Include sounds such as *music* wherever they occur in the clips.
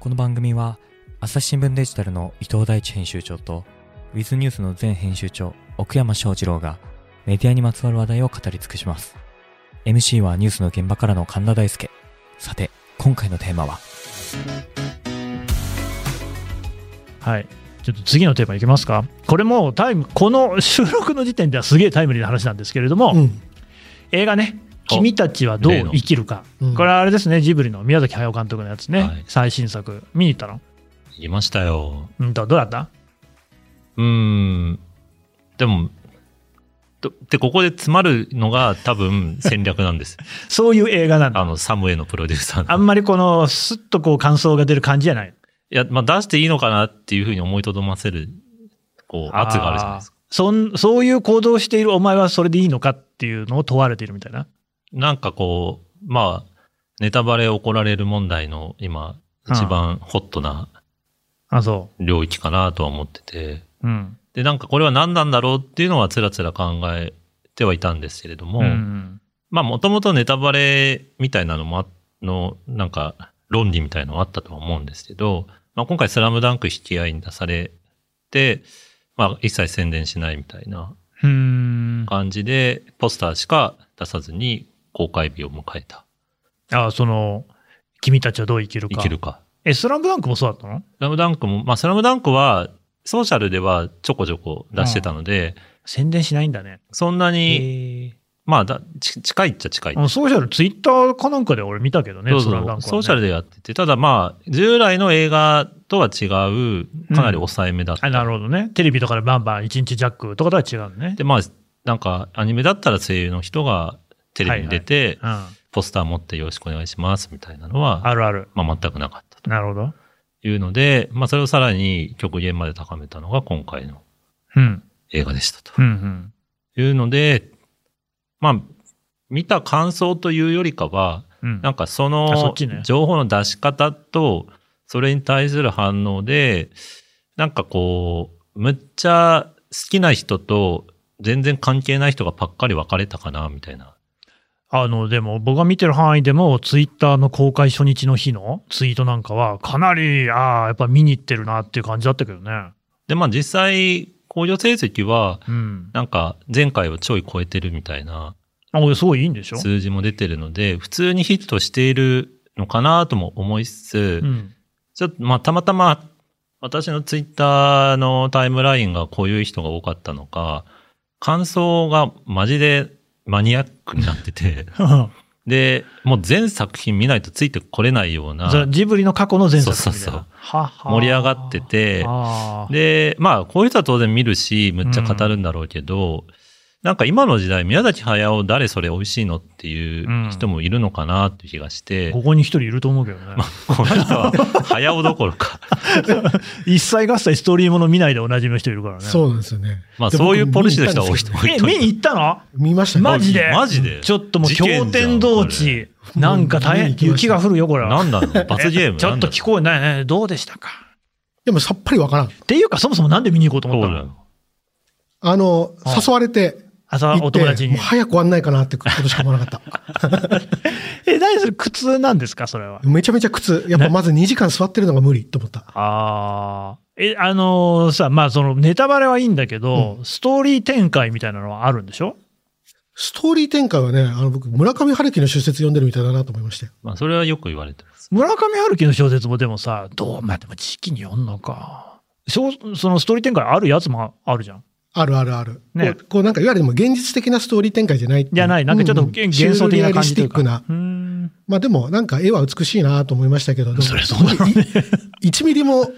この番組は朝日新聞デジタルの伊藤大地編集長とウィズニュースの前編集長奥山翔二郎がメディアにまつわる話題を語り尽くします MC はニュースの現場からの神田大輔さて今回のテーマははい。ちょっと次のテーマいきますか。これもうタイム、この収録の時点ではすげえタイムリーな話なんですけれども、うん映画ね、お君たちはどう生きるか。うんこれはあれですね、ジブリの宮崎駿監督のやつね、はい最新作。見に行ったの言いましたよ。うんと、どうだったうーん。でも、とで、ここで詰まるのが多分戦略な *laughs* んです。そういう映画なんあだ。の、サムエのプロデューサーのあんまりこの、すっとこう感想が出る感じじゃない。いや、まあ、出していいのかなっていうふうに思いとどませる、こう、圧があるじゃないですか。そんそういう行動をしているお前はそれでいいのかっていうのを問われているみたいな。なんかこう、まあ、ネタバレ怒られる問題の今、うん一番ホットなあ、そ領域かなとは思ってて、う。うん。で、なんかこれは何なんだろうっていうのはつらつら考えてはいたんですけれども、うんまあ、もともとネタバレみたいなのもあ、の、なんか、論理みたいなのあったとは思うんですけど、まあ、今回スラムダンク引き合いに出されて、まあ、一切宣伝しないみたいなうん。感じで、ポスターしか出さずに公開日を迎えた。あ、その、君たちはどう生きる生か。きるか。え、スラムダンクもそうだったのスラムダンクも、まあ、スラムダンクは、ソーシャルではちょこちょこ出してたので、宣伝しないんだね。そんなに、えまあだ、ち近いっちゃ近い。ー、ソーシャル、ツイッターかなんかで俺見たけどね、そうスそうラムダンクは、ね。ソーシャルでやってて、ただまあ、従来の映画とは違う、かなり抑えめだった。あなるほどね。テレビとかでバンバン1日ジャックとかとは違うのね。で、まあ、なんか、アニメだったら声優の人がテレビに出て、うん。あポスター持ってよろしくお願いします、みたいなのは、るある。まあ、全くなかったとなるほど。いうので、まあ、それをさらに極限まで高めたのが今回のうん。映画でしたとうんうん。いうので、まあ、見た感想というよりかは、うん、なんかそあそっのちね情報の出し方と、それに対する反応で、なんかこう、むっちゃ好きな人と全然関係ない人がばっかり別れたかな、みたいな。あの、でも僕が見てる範囲でも、ツイッターの公開初日の日のツイートなんかは、かなり、ああ、やっぱ見に行ってるなっていう感じだったけどね。で、まあ実際、工業成績は、うん。なんか前回をちょい超えてるみたいなあ、俺すごいいいんでしょ数字も出てるので、普通にヒットしているのかなとも思いつつ、うん。ちょっと、まあ、たまたま、私のツイッターのタイムラインがこういう人が多かったのか、感想がマジでマニアックになってて、で、もう全作品見ないとついてこれないようなザジブリの過去の前作みたいな。そうそうそうはは盛り上がってて、あーで、まあ、こういう人は当然見るし、むっちゃ語るんだろうけど、なんか今の時代、宮崎駿誰それ美味しいのっていう人もいるのかなっていう気がして、ここに一人いると思うけどね。この人 *laughs* は駿どころか。一切合切ストーリーもの見ないでおなじみの人いるからね。そうなんですよね。まあ、でそういうポリシーの人は多い僕多いえ、と思う見に行ったの見ました *laughs* マジでマジでちょっともう氷天同地。れなんか大も変う、見に行きまし雪たが降るよ、これは。なんだろ *laughs* う罰ゲームえちょっと聞こえないね。どうでしたかでもさっぱりわからん。っていうか、そもそもなんで見に行こうとなん思っだたろうのあの、あ誘われて、朝行ってお友達にもう。早く終わんないかなってことしか思わなかった。え、何それ苦痛なんですかそれは。 *laughs* めちゃめちゃ苦痛。やっぱまず2時間座ってるのが無理と思った。ああ。え、あのーさ、まあそのネタバレはいいんだけど、ストーリー展開みたいなのはあるんでしょストーリー展開はね、あの僕、村上春樹の小説読んでるみたいだなと思いましたよ。まあ、それはよく言われてます。村上春樹の小説もでもさ、どうまあでも時期によんのか。小そのストーリー展開あるやつもあるじゃん。あるあるある。ねこうこうなんか、いわゆるでも現実的なストーリー展開じゃないっていうじゃない、なんかちょっとうん幻幻想的な感じというか。シュールリアリスティックな。うーん。まあでも、なんか絵は美しいなと思いましたけど、でもそれそうだろうね。 1ミリも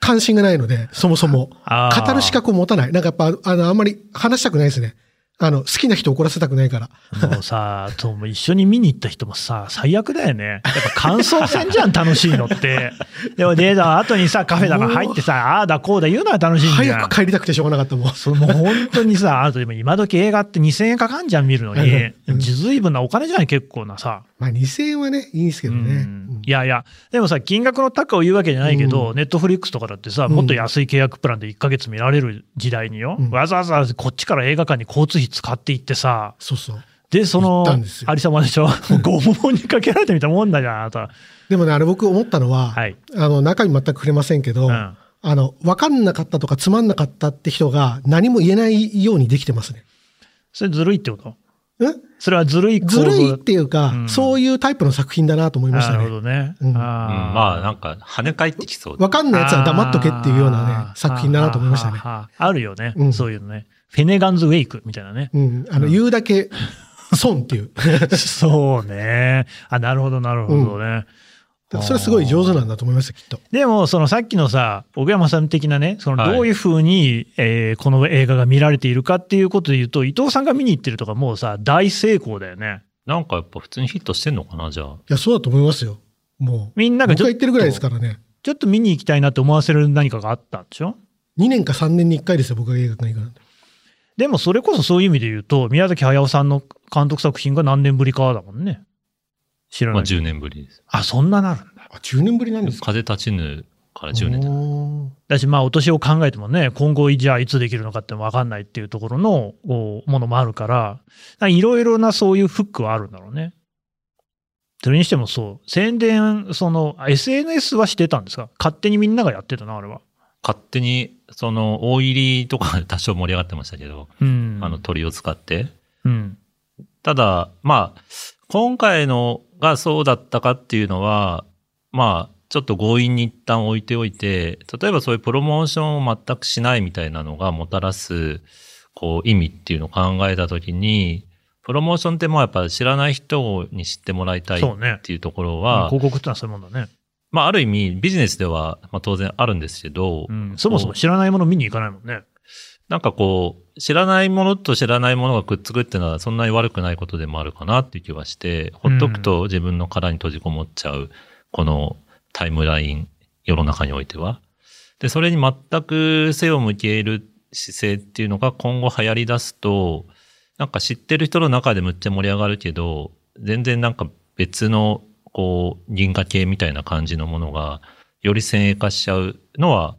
関心がないので、そもそも。あー語る資格を持たない。なんかやっぱ、あの、あんまり話したくないですね。あの、好きな人怒らせたくないから。もうさ、とも一緒に見に行った人もさ、最悪だよね。やっぱ感想戦じゃん、楽しいの *laughs* って。でも、データ後にさ、カフェだから入ってさ、ああだこうだ言うのは楽しいんじゃん。早く帰りたくてしょうがなかったもん。それもう本当にさ、あなたでも今時映画って2000円かかんじゃん、見るのに。うんでもずいぶんなお金じゃない、結構なさ。まあ2000円はね、いいんですけどね。ううんんいやいや、でもさ、金額の高を言うわけじゃないけど、うネットフリックスとかだってさ、もっと安い契約プランで1ヶ月見られる時代によ、うんわざわざこっちから映画館に交通費使っていってさ、そうそう。で、その行ったんです、よありさまで *laughs* しょ拷問にかけられてみたもんだじゃん、あなた。でもね、あれ僕思ったのは、はい。あの、中身全く触れませんけど、うん。あの、わかんなかったとかつまんなかったって人が何も言えないようにできてますね。それずるいってことんそれはずるい行ず動だるいっていうか、うんそういうタイプの作品だなと思いましたなるほね。どね。うんうんあーまあなんか跳ね返ってきそうでわかんないやつは黙っとけっていうようなあねー、作品だなと思いましたはねあ。はあはああるよね、うん。そういうのね。フェネガンズ・ウェイクみたいなね *laughs* うん。あの、言うだけ、損っ *laughs* ていう。そうね。あ、なるほど、なるほどね。それはすごい上手なんだと思いますよきっと。でも、そのさっきのさ、奥山さん的なね、そのはいどういうふうに、えーこの映画が見られているかっていうことで言うと、伊藤さんが見に行ってるとか、もうさ、大成功だよね。なんかやっぱ普通にヒットしてんのかなじゃあ。いや、そうだと思いますよ。もう。みんなが僕ちがょ言っってるぐらいですからね。ちょっと見に行きたいなって思わせる何かがあったんでしょ2年か3年に1回ですよ、僕が映画館に行くなんてでもそれこそそういう意味で言うと、宮崎駿さんの監督作品が何年ぶりかだもんね。知らまなあい。 10年ぶりです。あ、そんななるんだ。あ、10年ぶりなんですか風立ちぬから10年。おーだし、まあ、お年を考えてもね、今後、じゃあいつできるのかって分かんないっていうところのこうものもあるから、なんかいろいろなそういうフックはあるんだろうね。それにしてもそう、宣伝、その、あ SNS はしてたんですか勝手にみんながやってたな、あれは。勝手に、その、大入りとか多少盛り上がってましたけど、うん。あの鳥を使って。うん。ただ、まあ、今回のがそうだったかっていうのは、まあ、ちょっと強引に一旦置いておいて、例えばそういうプロモーションを全くしないみたいなのがもたらす、こう、意味っていうのを考えたときに、プロモーションってもうやっぱ知らない人に知ってもらいたいそうっね。ていうところうんは、広告ってのはそういうもんだね。まあ、ある意味、ビジネスでは、まあ、当然あるんですけど、うん。そもそも知らないもの見に行かないもんね。なんかこう、知らないものと知らないものがくっつくっていうのは、そんなに悪くないことでもあるかなっていう気はして、ほっとくと自分の殻に閉じこもっちゃう、このタイムライン、世の中においては。で、それに全く背を向ける姿勢っていうのが今後流行り出すと、なんか知ってる人の中でむっちゃ盛り上がるけど、全然なんか別の、こう、銀河系みたいな感じのものが、より先鋭化しちゃうのは、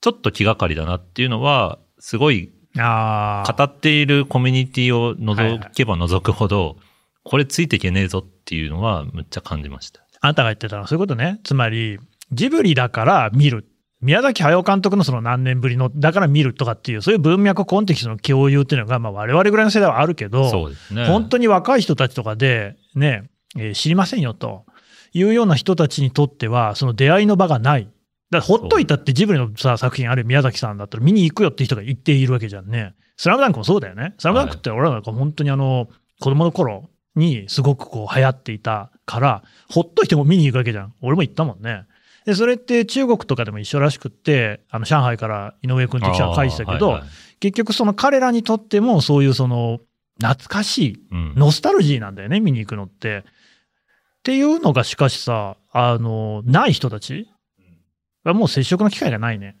ちょっと気がかりだなっていうのは、すごいああ。語っているコミュニティを覗けば覗くほど、これついていけねえぞっていうのは、むっちゃ感じました。あなたが言ってたのはそういうことね。つまり、ジブリだから見る。宮崎駿監督のその何年ぶりの、だから見るとかっていう、そういう文脈コンテキストの共有っていうのが、まあ我々ぐらいの世代はあるけど、そうですね。本当に若い人たちとかで、ね、えー知りませんよというような人たちにとっては、その出会いの場がない。だからほっといたってジブリのさ作品ある宮崎さんだったら見に行くよって人が言っているわけじゃんね。スラムダンクもそうだよね。スラムダンクって俺らなんか本当にあの、子供の頃にすごくこう流行っていたから、ほっといても見に行くわけじゃん。俺も行ったもんね。で、それって中国とかでも一緒らしくって、あの、上海から井上君って記者が返したけど、あーはいはい結局その彼らにとってもそういうその、懐かしいうんノスタルジーなんだよね、見に行くのって。っていうのが、しかしさ、あの、ない人たちがもう接触の機会がないね。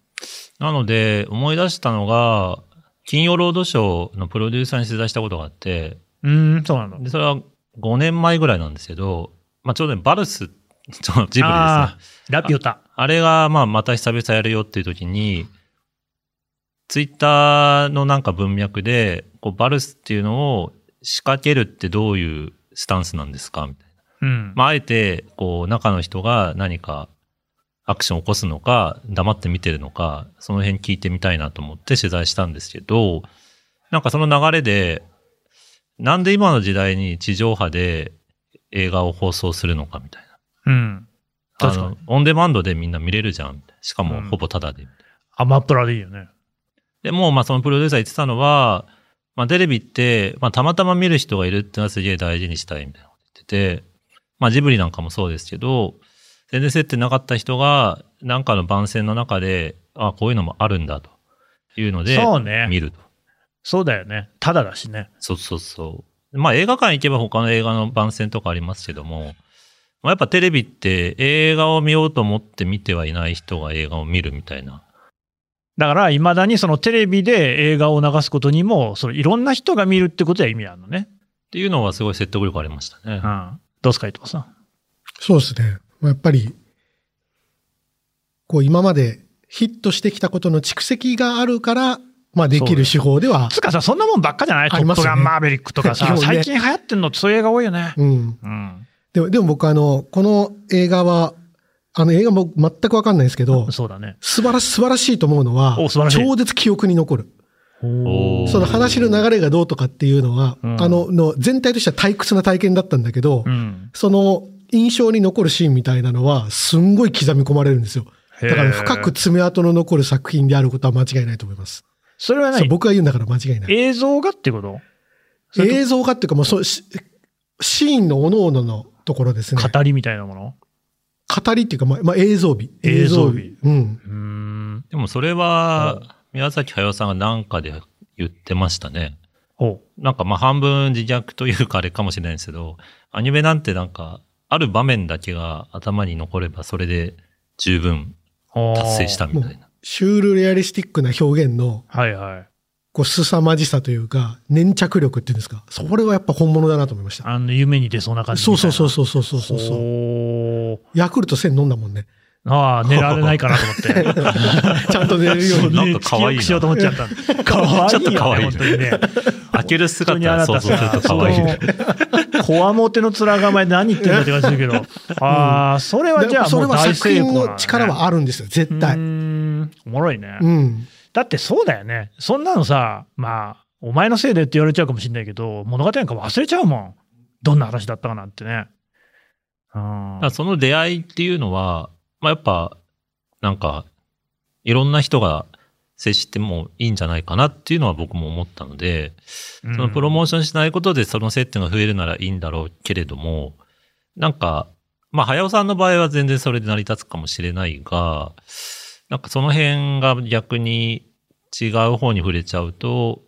なので、思い出したのが、金曜ロードショーのプロデューサーに取材したことがあって、うーん、そうなの。でそれは5年前ぐらいなんですけど、まあ、ちょうどねバルス、ちょジブリですね。ああラピュタ。れが、まあ、また久々やるよっていう時に、ツイッターのなんか文脈で、こうバルスっていうのを仕掛けるってどういうスタンスなんですかみたいな。うん。まあ、あえて、こう、中の人が何かアクションを起こすのか、黙って見てるのか、その辺聞いてみたいなと思って取材したんですけど、なんかその流れで、なんで今の時代に地上波で映画を放送するのかみたいな。うん。確あかのに。オンデマンドでみんな見れるじゃん。みたいなしかうもんほぼタダで。アマプラでいいよね。でも、まあ、そのプロデューサー言ってたのは、まあ、テレビって、まあ、たまたま見る人がいるってのはすげえ大事にしたいみたいなこと言ってて、まあ、ジブリなんかもそうですけど、全然接点なかった人が、なんかの番宣の中で、あこういうのもあるんだというので、そうね見ると。そうだよね。ただだしね。そうそうそう。まあ、映画館行けば他の映画の番宣とかありますけども、まあ、やっぱテレビって映画を見ようと思って見てはいない人が映画を見るみたいなだから、いまだにそのテレビで映画を流すことにも、そのいろんな人が見るってことは意味あるのね。っていうのはすごい説得力ありましたね。うん。どうすか、伊藤さん。そうですね。まあやっぱり、こう今までヒットしてきたことの蓄積があるから、まあ、できる手法では、つうかさ、そんなもんばっかじゃない、あトりッますプよガねンマーベリックとか基さ、本ね最近流行ってんのってそういう映画多いよね。うん。うん。でも、でも僕、あの、この映画は、あの、映画も全くわかんないですけど、そうだね。素晴らし、素晴らしいと思うのはお素晴ら、しい超絶記憶に残る。おーその話の流れがどうとかっていうのは、うんあの、の全体としては退屈な体験だったんだけど、うん。その印象に残るシーンみたいなのは、すんごい刻み込まれるんですよ。だから深く。爪痕の残る作品であることは間違いないと思います。それはそう何僕が言うんだから間違いない。映像がってことそれと映像化っていうか、もうそうしシーンの各々のところですね。語りみたいなもの語りっていうか、まあ、まあ、映像美。映像美うん。うーん。でもそれは、宮崎駿さんがなんかで言ってましたね。ほなんかまあ半分自虐というかあれかもしれないですけど、アニメなんてなんか、ある場面だけが頭に残ればそれで十分う。達成したみたいな。シュールレアリスティックな表現の、あー。はいはい。こう、凄まじさというか、粘着力っていうんですか。それはやっぱ本物だなと思いました。あの、夢に出そうな感じみたいそうな。そうそうそうそうそうそうそう。ほヤクルト1000飲んだ *laughs* もんね。うああ、寝られないかなと思って。ちゃんと寝れるよう *laughs* に。なんか可愛記いな憶しようと思っちゃった。可愛いよね。ちょっと可愛い本当にね。開ける本当にあ姿はな想た像するさ、とそ可の愛いね。こわもての面構えで何言ってんだって感じだけど。ああ、それはじゃあそもれうは大作成品功の力はあるんですよ、絶うー対。ん、おもろいね。うん。だってそうだよね。そんなのさ、まあ、お前のせいでって言われちゃうかもしれないけど、物語なんか忘れちゃうもん。どんな話だったかなんてね。うんだからその出会いっていうのは、まあ、やっぱ、なんか、いろんな人が接してもいいんじゃないかなっていうのは僕も思ったので、そのプロモーションしないことでその接点が増えるならいいんだろうけれども、なんか、まあ、早尾さんの場合は全然それで成り立つかもしれないが、なんかその辺が逆に違う方に触れちゃうと、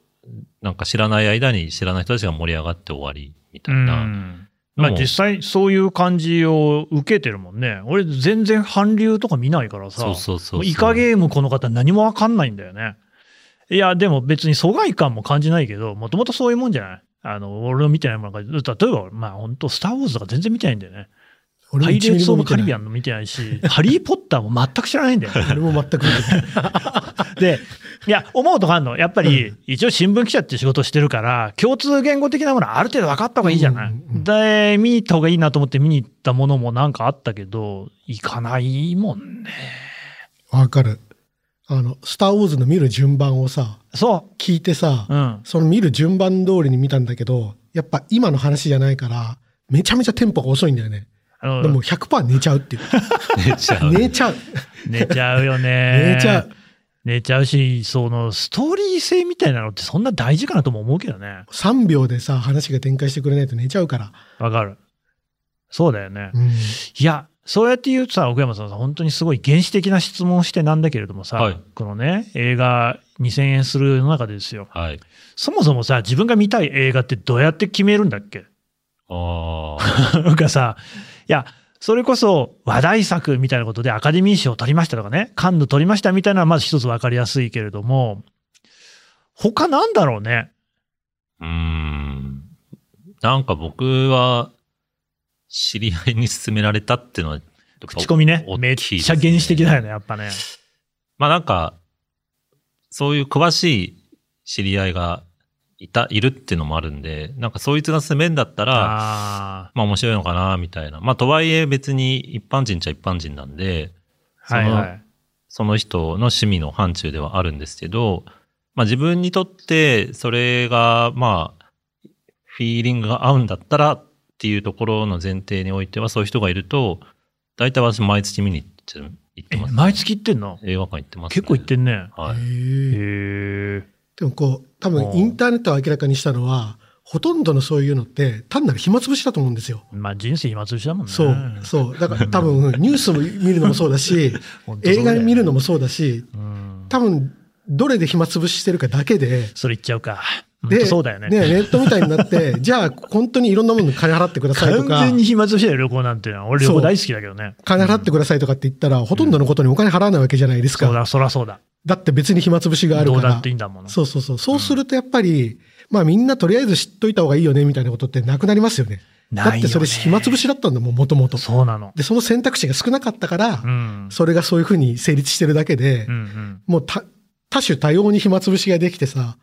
なんか知らない間に知らない人たちが盛り上がって終わりみたいな。うんまあでも実際そういう感じを受けてるもんね。俺全然韓流とか見ないからさ。そうそうそうそう。イカ *laughs* ゲームこの方何もわかんないんだよね。いや、でも別に疎外感も感じないけど、もともとそういうもんじゃない。あの、俺の見てないものが、例えば、まあ本当スター・ウォーズとか全然見てないんだよね。俺ハもイレ1ーミリツ・オブ・も見カてリなビい。アンも見てないし、ハリー・ポッターも全く知らないん *laughs* だよね。俺も全く見てない。で、いや、思うとこあるの。やっぱり、一応新聞記者っていう仕事をしてるから、共通言語的なものはある程度分かった方がいいじゃない。うんうんうんで、見に行った方がいいなと思って見に行ったものもなんかあったけど、行かないもんね。わかる。あの、スター・ウォーズの見る順番をさ、そ聞いてさ、う。うん。その見る順番通りに見たんだけど、やっぱ今の話じゃないから、めちゃめちゃテンポが遅いんだよね。あのでも100%寝ちゃうっていう。寝ちゃう。寝ちゃう。寝ちゃうよね。 *laughs* 寝ちゃう。。寝ちゃうし、その、ストーリー性みたいなのってそんな大事かなとも思うけどね。 3秒でさ、話が展開してくれないと寝ちゃうから。わかる。そうだよね。うん。いや、そうやって言うとさ、奥山さんさ、本当にすごい原始的な質問をしてなんだけれどもさ、はいこのね、映画2000円する世の中ですよ。はい。そもそもさ、自分が見たい映画ってどうやって決めるんだっけ *laughs* ああ。なんかさ、いや、それこそ話題作みたいなことでアカデミー賞を取りましたとかね、カンヌ取りましたみたいなのはまず一つ分かりやすいけれども、他なんだろうね。うーん。なんか僕は、知り合いに勧められたっていうのは、口コミね。めっ大きいちでゃすね原始的だよね、やっぱね。まあなんか、そういう詳しい知り合いがいた、いるっていうのもあるんで、なんかそいつが勧めんだったら、あまあ面白いのかな、みたいな。まあとはいえ別に一般人っちゃ一般人なんで、あ。はいはい。その人の趣味の範疇ではあるんですけど、まあ自分にとってそれがまあ、フィーリングが合うんだったらっていうところの前提においてはそういう人がいると、大体私毎月見に行ってる行ってえます、毎月行ってんの映画館行ってます、結構行ってんね。はへい。へええ。でもこう、多分インターネットを明らかにしたのは、ほとんどのそういうのって単なる暇つぶしだと思うんですよ。まあ人生暇つぶしだもんね。そう、そう。だから多分ニュースも見るのもそうだし、 *laughs* 本当そうだ映画よね見るのもそうだし、うん多分どれで暇つぶししてるかだけで、それ言っちゃうか。本で、当そうだよね。ネットみたいに *laughs* なって、じゃあ本当にいろんなものに金払ってくださいと完か、全に暇つぶしだよ、旅行なんてのは。俺旅そ行う大好きだけどね。金払ってくださいとかって言ったら、ほとんどのことにお金払わないわけじゃないですそうか。だ、そらそうだ。だって別に暇つぶしがあるどかうだらってい。いんだもの。そうそうそう。そうするとやっぱり、まあみんなとりあえず知っといた方がいいよねみたいなことってなくなりますよね。だないっよねてそれ暇つぶしだったんだもん、もともと。そうなの。で、その選択肢が少なかったからう、ん。それがそういうふうに成立してるだけでうんう、ん。もうた多種多様に暇つぶしができてさ、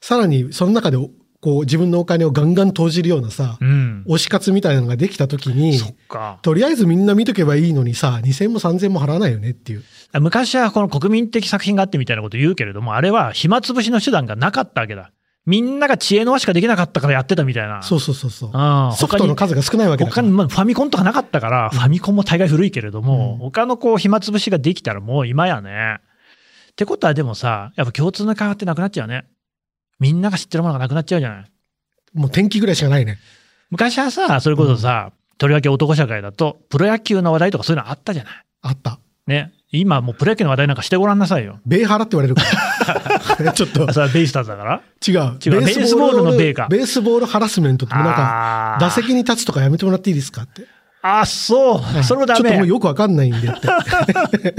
さらにその中でおこう自分のお金をガンガン投じるようなさ、うん。推し活みたいなのができた時に、そっか。とりあえずみんな見とけばいいのにさ、2000も3000も払わないよねっていう。昔はこの国民的作品があってみたいなこと言うけれども、あれは暇つぶしの手段がなかったわけだ。みんなが知恵の輪しかできなかったからやってたみたいな。そうそうそうそう。ああソフトの数が少ないわけだか他らに、。まあ、ファミコンとかなかったから、ファミコンも大概古いけれども、うん他のこう、暇つぶしができたらもう今やね。ってことはでもさ、やっぱ共通の会話ってなくなっちゃうね。みんなが知ってるものがなくなっちゃうじゃない。もう天気ぐらいしかないね。昔はさ、それこそさ、とりわけ男社会だと、プロ野球の話題とかそういうのあったじゃない。あった。ね。今もうプロ野球の話題なんかしてごらんなさい *laughs* よ。米原って言われ *laughs* るから。ちょっとあそれはベイスターズだから。違う。違うベースボールの米かベースボールハラスメントってもうなんか、あー打席に立つとかやめてもらっていいですかって。あ、そう。それもダちょっともうメ。よくわかんないん *laughs* でって。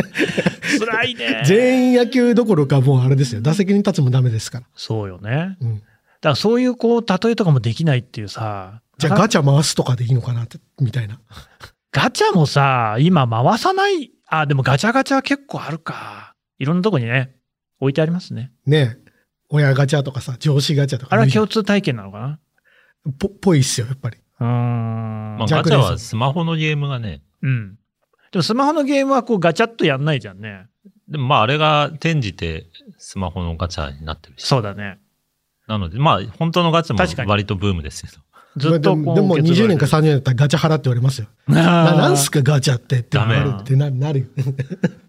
辛いね。全員野球どころかもうあれですよ。打席に立つもダメですから。そうよね。うん。だからそういうこう、例えとかもできないっていうさ。じゃあガチャ回すとかでいいのかなって、みたいな。ガチャもさ、今回さない。あ、でもガチャガチャは結構あるか。いろんなとこにね、置いてありますね。ねえ親ガチャとかさ、上司ガチャとか。あれは共通体験なのかぽ、ぽいっすよ、やっぱり。なうまあ、ーん。ガチャはスマホのゲームがね、うん。でもスマホのゲームはこうガチャっとやんないじゃんね。でもまああれが転じてスマホのガチャになってるし。そうだね。なので、まあ本当のガチ確かャにも割とブームですけど。ずっとこう。でもでも20年かさ。 30年だったらガチャ払って言われますよ。なななんすかガチャってってダメなるってななるよ、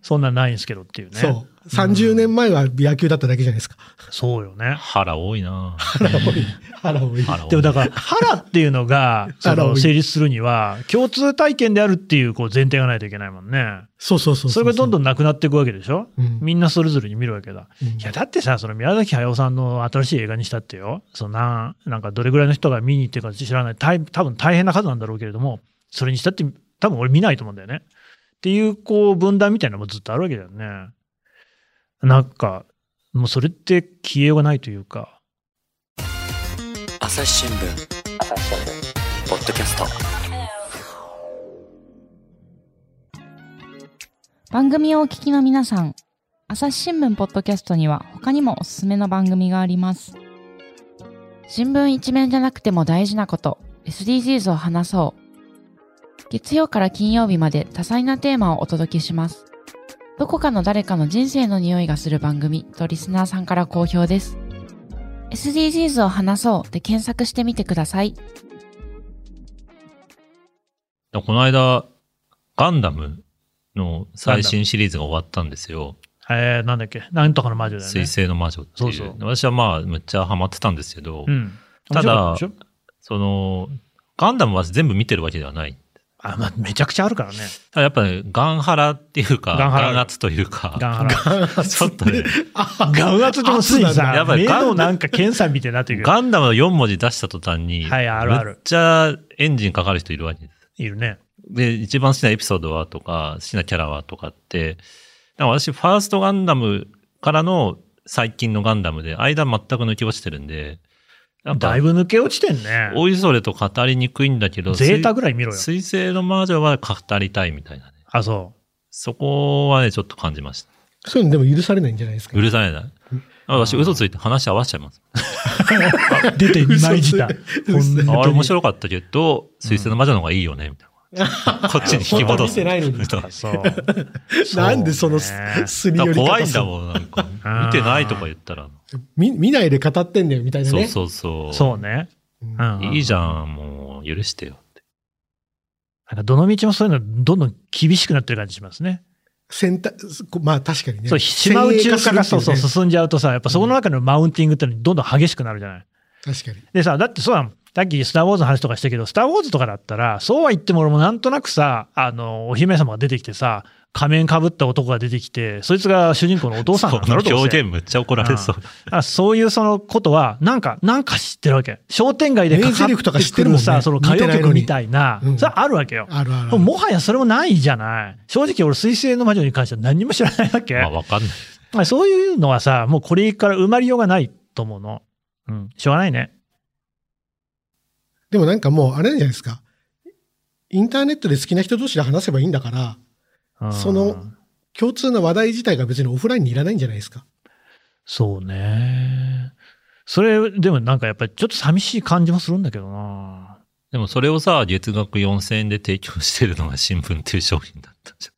そんなんないんすけどっていうね。そう。30年前は野球だっただけじゃないですか。そうよね。腹多いなぁ腹多い。腹多い。腹多いでもだから、腹っていうの *laughs* が、そ腹をの見成立するには、共通体験であるっていうこう前提がないといけないもんね。そうそうそうう。それがどんどんん、なくなっていくわけでしょうんみんなそれぞれに見るわけだ。うんいや、だってさ、その宮崎駿さんの新しい映画にしたってよ、そのなん、なんかどれぐらいの人が見に行ってるか知らない、たい多分大変な数なんだろうけれども、それにしたって、多分俺見ないと思うんだよね。っていう、こう、分断みたいなのもずっとあるわけだよね。なんか、もうそれって消えようがないというか、朝日新聞ポッドキャスト番組をお聞きの皆さん、朝日新聞ポッドキャストには他にもおすすめの番組があります。新聞一面じゃなくても大事なこと、SDGs を話そう。月曜から金曜日まで多彩なテーマをお届けします。どこかの誰かの人生の匂いがする番組とリスナーさんから好評です。SDGs を話そうで検索してみてください。この間、ガンダムの最新シリーズが終わったんですよ。えー、なんだっけ、なんとかの魔女だよ水ね。星の魔女っていう。そうそう私はまあ、むっちゃハマってたんですけど、うん。ただ面白かったでしょその、ガンダムは全部見てるわけではない。あ、まあ、めちゃくちゃあるからね。ただやっぱね、ガンハラっていうか、ガンハラガンアツというか、ガンハラ。ちょっとね、あガンアツでもすでにさ、やっぱり目ガンのなんか検査みたいになってるけどガンダムの4文字出した途端に、はいあるあるむっちゃエンジンかかる人いるわけです。いるね。で、一番好きなエピソードはとか、好きなキャラはとかって、なんか私、ファーストガンダムからの最近のガンダムで、間全く抜き落ちてるんで、なんかだい、ぶ抜け落ちてんね。おいそれと語りにくいんだけど、ゼータぐらい見ろよ。水星の魔女は語りたいみたいなね。あ、そそこはね、ちょっと感じました。そういうのでも許されないんじゃないですか。うるさいな。私、嘘ついて話合わせちゃいます。う。出て二枚舌。嘘嘘ほんあのあれ面白かったけど、水星の魔女の方がいいよね、みたい *laughs* な。こっちに引き戻す。本当は見てないのにそうそう。 *laughs* なんでそのそうすねすりだか寄らり方怖いんするだもん、なんか。見てないとか言ったら。見見ないで語ってんだよみたいなそうね。そうそう。そうね。うんうん。いいじゃん、もう許してよって。なんかどの道もそういうの、どんどん厳しくなってる感じしますね。選択、こまあ確かにね。そう、島宇宙化がそうそう先鋭化するっていね進んじゃうとさ、やっぱそこの中のマウンティングってのどんどん激しくなるじゃない。確かに。でさ、だってそうなの。さっきスター・ウォーズの話とかしたけど、スター・ウォーズとかだったら、そうは言っても俺もなんとなくさ、あの、お姫様が出てきてさ、仮面かぶった男が出てきて、そいつが主人公のお父さんなんだろそどのう表せ現むっちゃ怒られそう。あそういうそのことは、なんか、なんか知ってるわけ。商店街でかか名台詞とか知ってるもんねってくさ、その歌謡曲みたいな見てないのにう、んそれはあるわけよ。あるあるであもる。もはやそれもないじゃない。正直俺、水星の魔女に関しては何も知らないわけ。まあわかんない。まあ、そういうのはさ、もうこれから埋まりようがないと思うの。うん、しょうがないね。でもなんかもうあれなんじゃないですか。インターネットで好きな人同士で話せばいいんだから、うんその共通の話題自体が別にオフラインにいらないんじゃないですか。そうね。それ、でもなんかやっぱりちょっと寂しい感じもするんだけどな。でもそれをさ、月額4000円で提供してるのが新聞っていう商品だったじ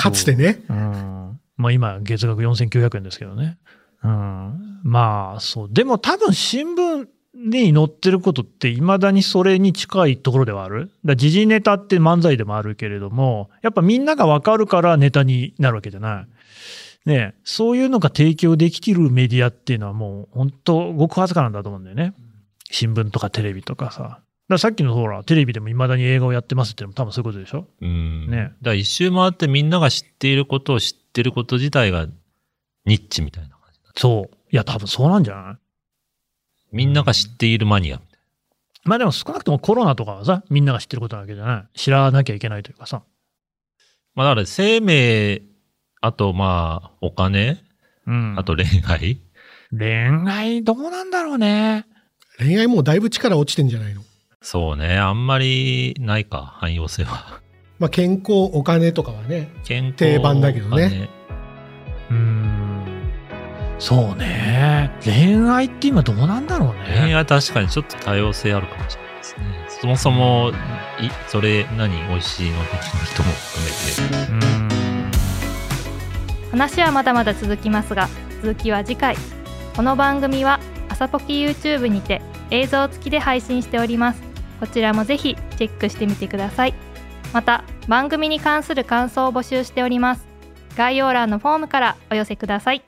かつてね。そう。うん。まあ今、月額4900円ですけどね。うん。まあ、そう。でも多分新聞に載ってることって、いまだにそれに近いところではある。だから時事ネタって漫才でもあるけれども、やっぱみんながわかるからネタになるわけじゃない。ねえそういうのが提供できてるメディアっていうのはもう本当ごくわずかなんだと思うんだよね。新聞とかテレビとかさ。だからさっきのほら、テレビでもいまだに映画をやってますっていうのも多分そういうことでしょゃん。うん。ねだから一周回ってみんなが知っていることを知ってること自体がニッチみたいな感じだ。そう。いや、多分そうなんじゃないみんなが知っているマニアみたいまあでも少なくともコロナとかはさ、みんなが知ってることなわけじゃない。知らなきゃいけないというかさ。な。まあだから生命、あとまあお金、うんあと恋愛。恋愛どうなんだろうね。恋愛もうだいぶ力落ちてんじゃないのそうね。あんまりないか、汎用性 *laughs* は。まあ健康、お金とかはね。健康、定番だけどねお金。うーん。そうね。恋愛って今どうなんだろう恋愛ね。は確かにちょっと多様性あるかもしれないですね。そもそも、いそれ何美味しいの的な人も含めて。うん。話はまだまだ続きますが続きは次回この番組は朝ポキ YouTube にて映像付きで配信しておりますこちらもぜひチェックしてみてくださいまた番組に関する感想を募集しております概要欄のフォームからお寄せください